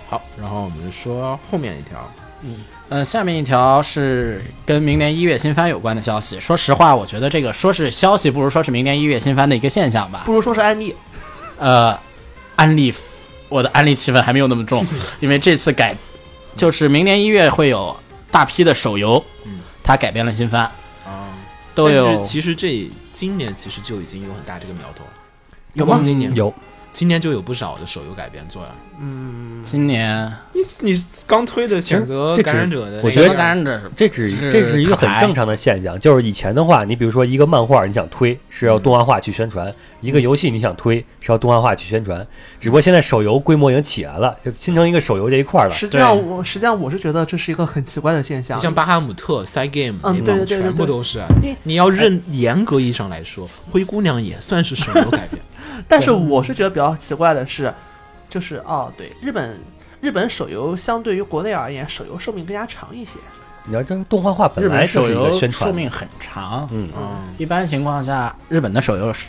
好，然后我们说后面一条，
(laughs) 嗯，下面一条是跟明年一月新番有关的消息。说实话，我觉得这个说是消息，不如说是明年一月新番的一个现象吧。
不如说是
(laughs)
案例，
呃，安利，我的安利气氛还没有那么重，因为这次改，就是明年一月会有大批的手游，
嗯
它改编了新番，
啊，
都有
但是其实这今年其实就已经有很大这个苗头，
有
不光
吗？
今年
有
今年就有不少的手游改编作了。
嗯，
今年
你你刚推的选择
这只
感染者的那个，
我觉得
当然这
这只
是
这是一个很
卡牌
正常的现象，就是以前的话，你比如说一个漫画你想推是
嗯
要动画化去宣传，一个游戏你想推是要动画化去宣传，只不过现在手游规模已经起来了，就形成一个手游这一块了。
实际上
对
我实际上我是觉得这是一个很奇怪的现象
你。像巴哈姆特、Side Game 那
嗯对
帮
对对对
全部
对哎
都是啊
因为。
你要认严格意义上来说，灰姑娘也算是手游改编。
但是我是觉得比较奇怪的是，就是哦，对，日本日本手游相对于国内而言，手游寿命更加长一些。
你要这动画化本
日
来
本
就
手
是一个
游
宣
寿
传，
命很长，
嗯，
嗯，
一般情况下日本的手游寿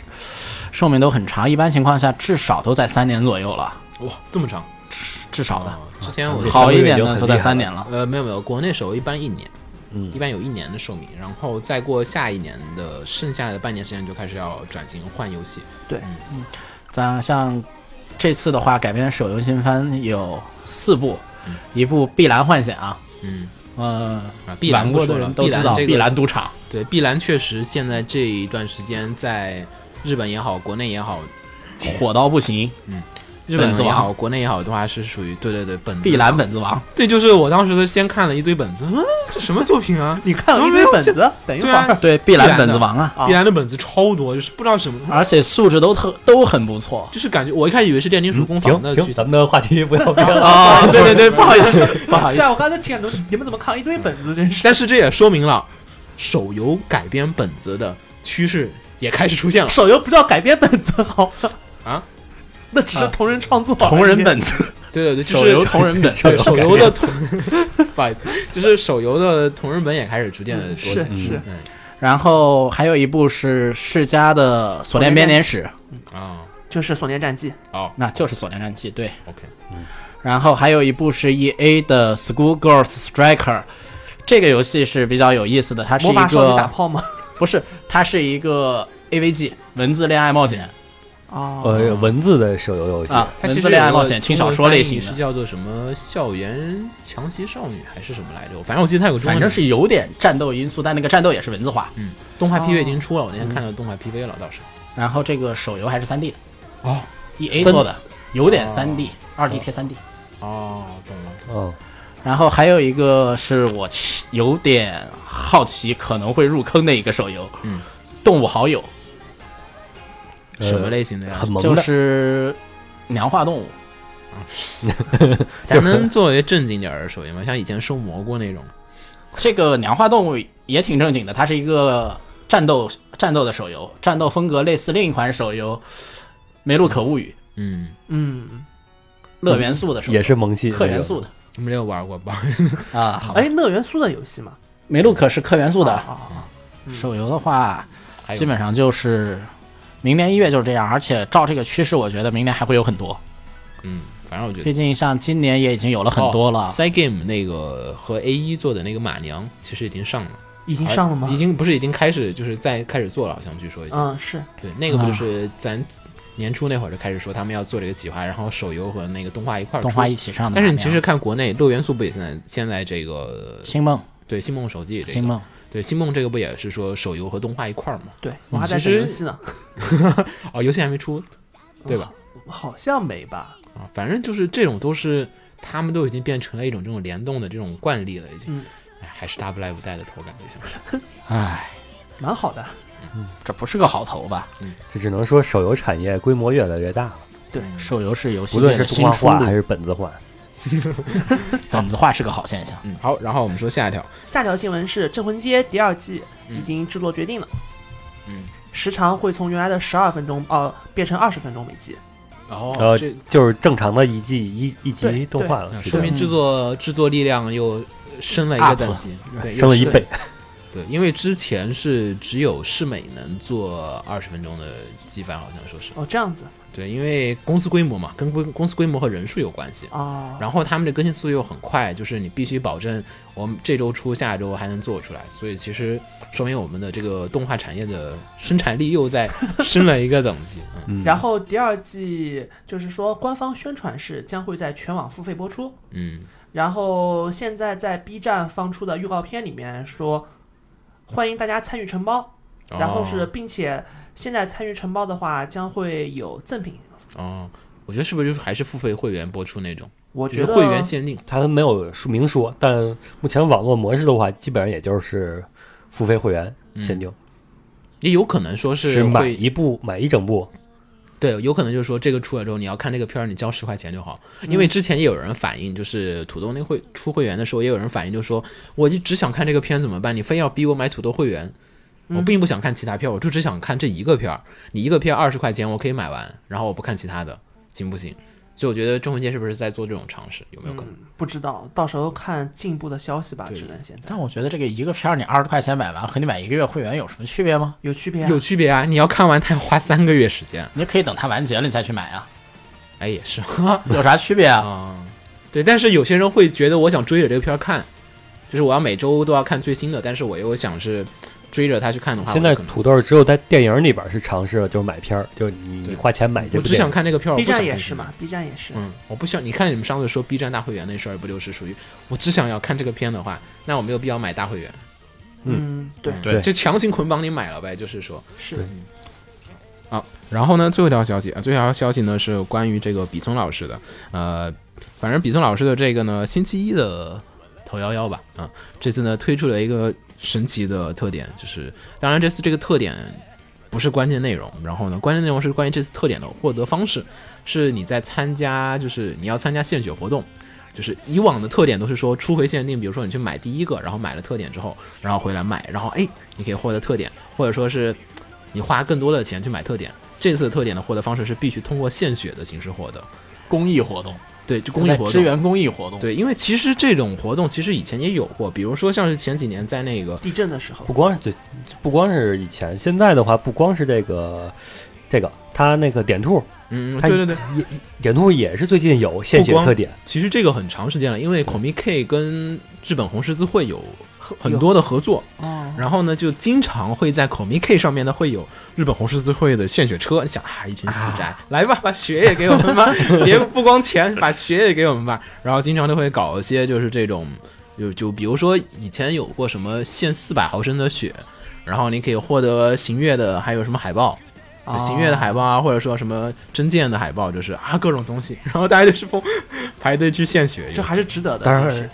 寿命都很长，一般情况下至少都在三年左右了，
(laughs) 哇，这么长！
至至少的
啊，之前我
这哦
好
三个
一
月
点
已经
的
很
都在
厉害
三
了
年了。
呃，没有没有，国内手游一般一年，
嗯
一般有一年的寿命，然后再过下一年的剩下的半年时间就开始要转型换游戏。
咱像这次的话，改编手游新番有四部，一部《碧蓝幻想》，
嗯，
嗯，
啊，碧蓝
玩
不
过的
说了，
人都
碧
知道
蓝这
碧
个
蓝赌 (laughs) 场，
对碧蓝确实现在这一段时间在日本也好，国内也好，
火到不行，
日本
本子
也
王
好，国内也好的话是属于对对对本子
《碧蓝本子王》
对，就是我当时先看了一堆本子，嗯，这什么作品啊？
你看
怎么
了一
没
堆
有
本
这
子，等一会
对
儿
啊，
(laughs) 对，《碧蓝本子王》啊，
啊
碧蓝的本子超多，就是不知道什么，
而且素质都特都很不错。
就是感觉我一开始以为是炼
嗯
金术工坊的
停停，
剧情，
咱们的话题不要变了。
啊，对对对，不好意思， (laughs) 不好意
对啊，
思
我，刚才听懂你们怎么看一堆本子，真是
但是这也说明了手游改编本子的趋势也开始出现了。
(laughs) 手游不叫改编本子好吗
啊，
(laughs) 那只是同人创作，
同人本子，
对对对，就是
手游同人 (laughs) 本，
对手游的同， (laughs) 不好意思，就是手游的同人本也开始逐渐的多起来
是是
嗯
然后还有一部是世嘉的《锁链编年史》，
啊，
就是《锁链战记》。
好
那就是《锁链战记》对。
，OK，
然后还有一部是 E A 的《School Girls Striker》，这个游戏是比较有意思的，它是
魔
一
法少女打
个
炮吗？
不是，它是一个 A V G 文字恋爱冒险
哦，
(laughs) 呃，文字的手游游戏，
啊，
它
文
其
字
实
恋爱
有个
冒险轻
中
小
文
说
翻
类
译
型
是
的，
叫做什么“校园强袭少女”还是什么来着？我反正我记得它有个中文
反
名，
正是有点战斗因素，但那个战斗也是文字化。
动画
哦
PV 已经出了，我那天看到动画 PV 了，倒是。
然后这个手游还是3 D 的
哦
E A
分
做的，有点3 D，二 D 贴3 D。
哦，懂了。
嗯，
然后还有一个是我其有点好奇可能会入坑的一个手游，
嗯，
动物好友
呃
什么类型的呀
很？萌
就
的，
是娘化动物，
咱们作为正经点儿的手游嘛，像以前收蘑菇那种，
这个娘化动物也挺正经的，它是一个战斗战斗的手游，战斗风格类似另一款手游《梅路可物语》
嗯，
嗯，
乐元素的手游，
也是萌系
氪元素的
没有玩过吧？
啊。好，
哎，乐园苏的游戏嘛，
梅路可是氪元素
不
的、
啊嗯
手游的话，
还有
基本上就是啊明年一月就是这样，而且照这个趋势，我觉得明年还会有很多。
嗯，反正我觉得
毕竟像今年也已经有了很多了，
c Game 那个和 A 一做的那个马娘其实已经上了，
已
已
经上了吗
已？经不是已经开始就是在开始做了，好像据说已经。
嗯，是
对，那个不就是咱年初那会儿就开始说他们要做这个企划，然后手游和那个动画一块儿
动画
出
一起上的马
但是
娘。
你其实看国内乐元素不也现在现在这个
星梦，
对星梦手机这个
星梦，
对星梦这个不也是说手游和动画一块儿吗？
对，我还
其
在等
实
游戏呢，
哦，游戏还没出，对吧？
好像没吧？
啊，反正就是这种都是他们都已经变成了一种这种联动的这种惯例了，已经。
嗯
哎，还是 Double Live 带的头感觉像是。
唉，
蛮好的，
这不是个好头吧？
这只能说手游产业规模越来越大了，
对，
手游是游戏
无论
界
是
的
动
新
画
出
化还
路，
是本子化，
本子化是个好现象。
嗯，好，然后我们说下一条，
下条新闻是《镇魂街》第二季
嗯
已经制作决定了，
嗯，
时长会从原来的十二分钟哦、变成二十分钟每季，
哦，
呃
这
就是正常的一季一一集
对
动画了，
嗯
是
说
的
明制作制作力量又升了一个
Up
等
了
级，对，又
升了一倍。
对，因为之前是只有世美能做二十分钟的机翻，好像说是
哦，这样子
对，因为公司规模嘛，跟规公司规模和人数有关系。
哦，
然后他们的更新速度又很快，就是你必须保证我们这周出，下周还能做出来。所以其实说明我们的这个动画产业的生产力又在升了一个等级。 (laughs) 嗯，
嗯
然后第二季就是说官方宣传是将会在全网付费播出，
嗯
然后现在在 B 站放出的预告片里面说，欢迎大家参与承包，然后是
哦
并且现在参与承包的话将会有赠品，
哦，我觉得是不是就是还是付费会员播出那种，
我
就
觉
是
得
会员限定。
他没有说明说，但目前网络模式的话，基本上也就是付费会员限定，
也有可能说
是
是
买
嗯会
一部买一整部，
对，有可能就是说这个出来之后，你要看这个片儿，你交十块钱就好。因为之前也有人反映，就是土豆那会出会员的时候，也有人反映，就说我就只想看这个片怎么办？你非要逼我买土豆会员，我并不想看其他片儿，我就只想看这一个片儿。你一个片二十块钱，我可以买完，然后我不看其他的，行不行？所以我觉得郑文杰是不是在做这种尝试？有没有可能？
嗯不知道，到时候看进一步的消息吧，
对
只能现在
但我觉得这个一个片儿你二十块钱买完，和你买一个月会员有什么区别吗？
有区别、啊，
有区别啊！你要看完，他要花三个月时间。
你可以等它完结了你再去买啊，
哎，也是
有啥区别啊？
啊，对。但是有些人会觉得，我想追着这个片儿看，就是我要每周都要看最新的，但是我又想是追着他去看的话，
现
我
在
可能
土豆只有在电影里边是尝试了，就是买片儿，就是你
对
你花钱买这部
我只
电
想
影。
看那个片儿我
B
不想看
站也
什
是
么
嘛。，B 站也是，
嗯，我不想。你看你们上次说 B 站大会员那事儿，不就是属于我只想要看这个片的话，那我没有必要买大会员。
嗯，对，
对
就强行捆绑你买了呗，就是说。
是
然后呢，最后一条消息啊，最后一条消息呢是关于这个比聪老师的，呃，反正比聪老师的这个呢，星期一的头幺幺吧，啊，这次呢推出了一个神奇的特点，就是当然这次这个特点不是关键内容，然后呢，关键内容是关于这次特点的获得方式，是你在参加，就是你要参加献血活动。就是以往的特点都是说初回限定，比如说你去买第一个，然后买了特点之后，然后回来卖，然后哎，你可以获得特点，或者说是你花更多的钱去买特点。这次的特点的获得方式是必须通过献血的形式获得，
公益活动，
对，就公益活
在支
动。
援公益活动。，
对，因为其实这种活动其实以前也有过，比如说像是前几年在那个
地震的时候
不，光是对，不光是以前，现在的话不光是这个这个，它那个点兔
嗯，
它
对对对，
点兔也是最近有献血
不光
特点，
其实这个很长时间了，因为 Komi K 跟日本红十字会有
很
很多的合作，
哦，
然后呢就经常会在 Komi K 上面呢会有日本红十字会的献血车。你想啊，一群死宅，来吧，把血也给我们吧， (laughs) 别不光钱，把血也给我们吧。然后经常都会搞一些就是这种，就就比如说以前有过什么献四百毫升的血，然后你可以获得行月的，还有什么海报。
哦
行月的海报啊，或者说什么真剑的海报，就是啊各种东西，然后大家就是疯 (laughs) 排队去献血，
哦这还是值得的，
当然
其实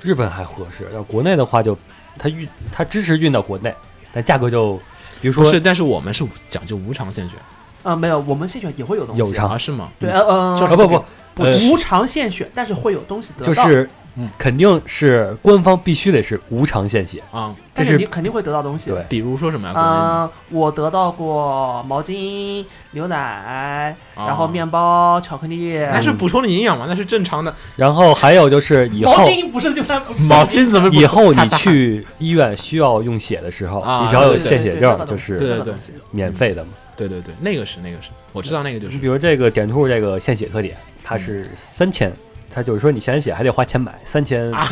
日本还合适。要国内的话就，它运它支持运到国内，但价格就比如
不
说
是，但是我们是讲究无偿献血
啊，没有，我们献血也会有东西，
有偿
啊，是吗？
对，呃呃，
啊不不
不
呃
无偿献血，但是会有东西得到，
就是
嗯，
肯定是官方必须得是无偿献血，
啊，
但
这
是
是
你肯定会得到东西。
对
比如说什么呀？
嗯、我得到过毛巾、牛奶，
哦哎
然后面包、巧克力。
那是补充了营养嘛？那是正常的。
然后还有就是以后
毛巾不是牛奶，不是
毛巾怎么
以后
擦
你
擦
去医院需要用血的时候，
啊
你只要有
对
献血证就
对
是
(laughs) 对 (laughs)
免费的嘛。
对对对，那个是那个是，我知道那个就
嗯
你
是
比如这个点兔这个献血特点，它是三千，它就是说你献血还得花钱买，三千
啊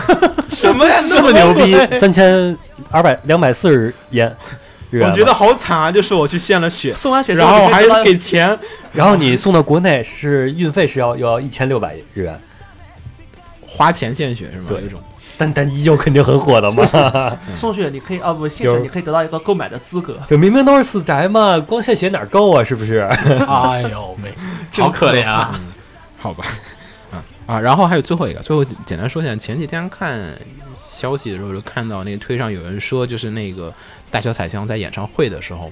什么呀？
这么牛逼，
三千二百两百四十元。日元
我
吧
觉得好惨啊！就是我去献了血，
送完血之
(laughs) 然后
你
还
会得到
要给钱，
然后你送到国内是运费是要要一千六百日元，
花钱献血是吗？
对
这种
但但依旧肯定很火的嘛。
送血，你可以啊不献
有
血，你可以得到一个购买的资格。
(laughs) 就明明都是死宅嘛，光献血哪够啊？是不是？
哎呦喂， (laughs) 好可怜啊！
好吧。 (laughs) 啊啊，然后还有最后一个，最后简单说一下，前几天看消息的时候就看到那个推上有人说，就是那个大小彩香在演唱会的时候，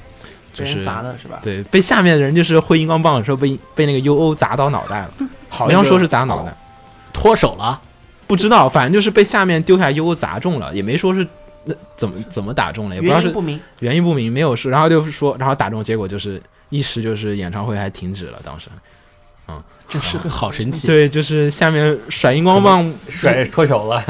就
别
是
人砸的是吧？
对，被下面的人就是挥荧光棒的时候被被那个 U O 砸到脑袋了，好像说是砸脑袋，
脱手了，
不知道，反正就是被下面丢下 U O 砸中了，也没说是那怎么怎么打中了，也不知道
原因
是
不明。
原因不明，没有说，然后就是说，然后打中，结果就是一时就是演唱会还停止了，当时。
真是个
啊好神奇。
对，就是下面甩荧光棒，
甩脱手了，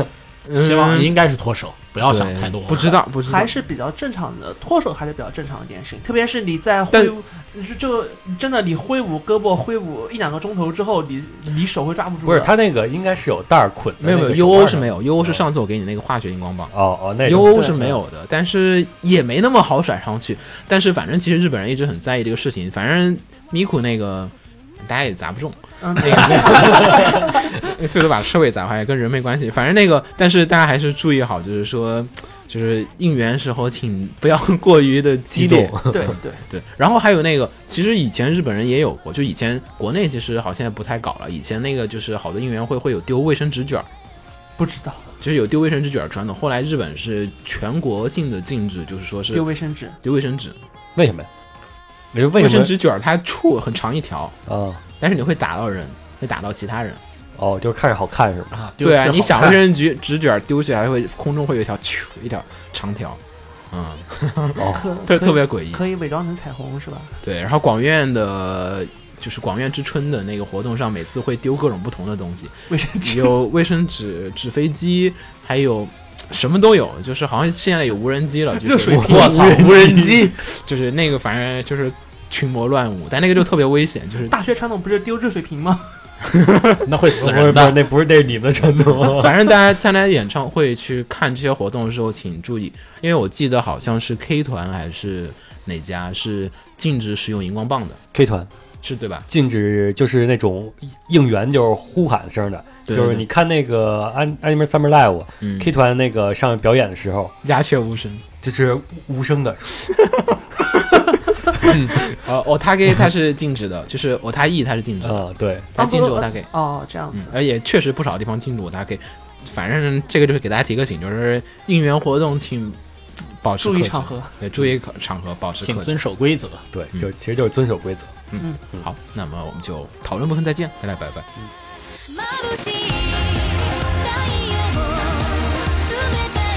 嗯
希望应该是脱手，不要
对
想太多。
不知道，不知道
还，是比较正常的，脱手还是比较正常的一件事情。特别是你在
但
挥舞，你说这个真的你挥舞胳膊挥舞一两个钟头之后，你你手会抓不住
(laughs)
的。
不是他那个应该是有带儿捆的
没有没
那
有
个手腕
，U O
的
是没有，U O 是
哦
上次我给你那个化学荧光棒
哦哦，那
，U
种
O 是没有的，但是也没那么好甩上去。但是反正其实日本人一直很在意这个事情，反正米库那个大家也砸不中，
嗯，
那个 (laughs) 最多把车给砸坏，跟人没关系。反正那个，但是大家还是注意好，就是说，就是应援时候请不要过于的激烈
激。
对对，
对，然后还有那个，其实以前日本人也有过，就以前国内其实好像现在不太搞了。以前那个就是好多应援会会有丢卫生纸卷儿，
不知道
就是有丢卫生纸卷儿传统。后来日本是全国性的禁止，就是说是
丢卫生纸，
丢卫生纸，
为什么呀？你说为
卫
什
生
么
纸卷儿它处很长一条，
啊？
但是你会打到人，会打到其他人。
哦，就是看着好看是吗？
啊，
对啊，
丢失
你
好
想
看
卫生纸纸卷儿丢起来会空中会有一条咻一条长条，嗯，
哦，
可
(laughs) 特
可以
特别诡异。
可以伪装成彩虹是吧？
对，然后广院的。就是广院之春的那个活动上，每次会丢各种不同的东西，
卫生纸
有卫生纸、纸飞机，还有什么都有。就是好像现在有无人机了，就是
热水瓶
我操，无人机，就是那个反正就是群魔乱舞，但那个就特别危险，就是
大学传统不是丢热水瓶吗？
(laughs) 那会
不
死
是
人
不是，
的。
那不是那是你们的传统
(laughs) 反正大家参加演唱会去看这些活动的时候，请注意，因为我记得好像是 K 团还是哪家是禁止使用荧光棒的，
K 团
是对吧？
禁止就是那种应援就是呼喊声的，
对
就是
对
你看那个安 Animal Summer Live
嗯
K 团那个上表演的时候，
鸦雀无声。
就是无声的，
呃，otake 它是禁止的，就是 otake 它是禁止的，
啊，对，
它禁止
啊不
otake，
哦，这样
嗯
子，，
而也确实不少地方禁止 otake。反正这个就是给大家提个醒，就是应援活动请保持
注意
克制
场，合。
对，注意场合，保持
请
克制。
遵守规则，
对，
嗯
就其实就是遵守规则。
好，那么我们就讨论部分再见，大家拜拜。
眩しい太陽冷たい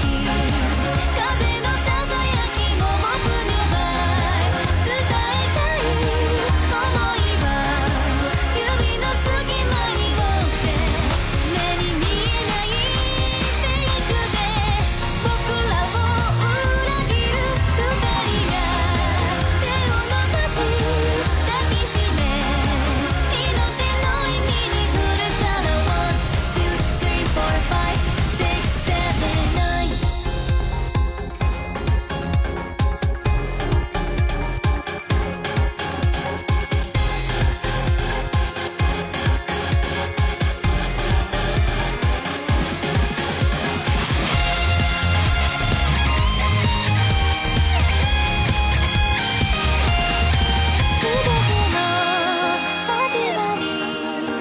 風のささやきも僕には伝えたい想いは指の隙間に落ちて目に見えないフェイクで僕らを裏切る二人が手を伸ばし抱きしめ命の意味にフルカラー1 2 3 4 5 6 7 8 9 10 11 12 13 14 15 16 17 18 19 20 21 22 23 24 25 26 27 28 29 30 31 32 33 34 35 36 37 38 39 40 41 42 43 44 45 46 47 48 49 50 51 52 53 54 55 56 57 58 59 60 61 62 63 64 65 66 67 68 69 70 71 72 73 74 75 76 77 78 79 80 81 82 83 84 85 86 87 88 89 90 91 92 93 94 95 96 97 98 99 100 101 102 103 104 105 106 107 108 109 110 111 112 113 114 115 116 117 118 119 120 121 122 123 124 125 126 127 128 129 130 131 132 133 134 135 136 137 138 139 140 141 142 143 144 145 146 147 148 149 150 151 152 153 154 155 156 157 1 679「すべての始まり」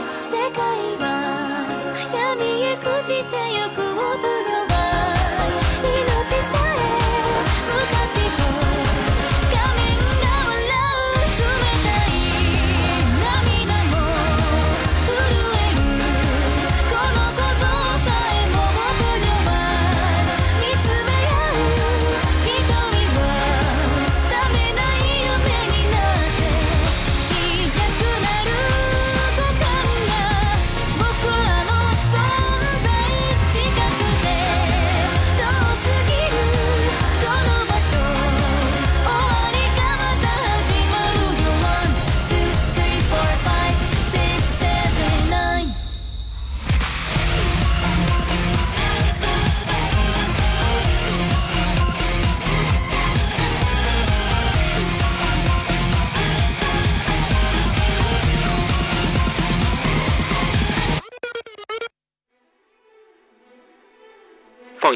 「世界は闇へ朽ちてゆく僕の場合」「命さえ無価値と仮面が笑う」「冷たい涙も震える」「このことさえも
放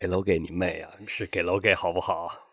给楼给你妹啊！是给楼给好不好？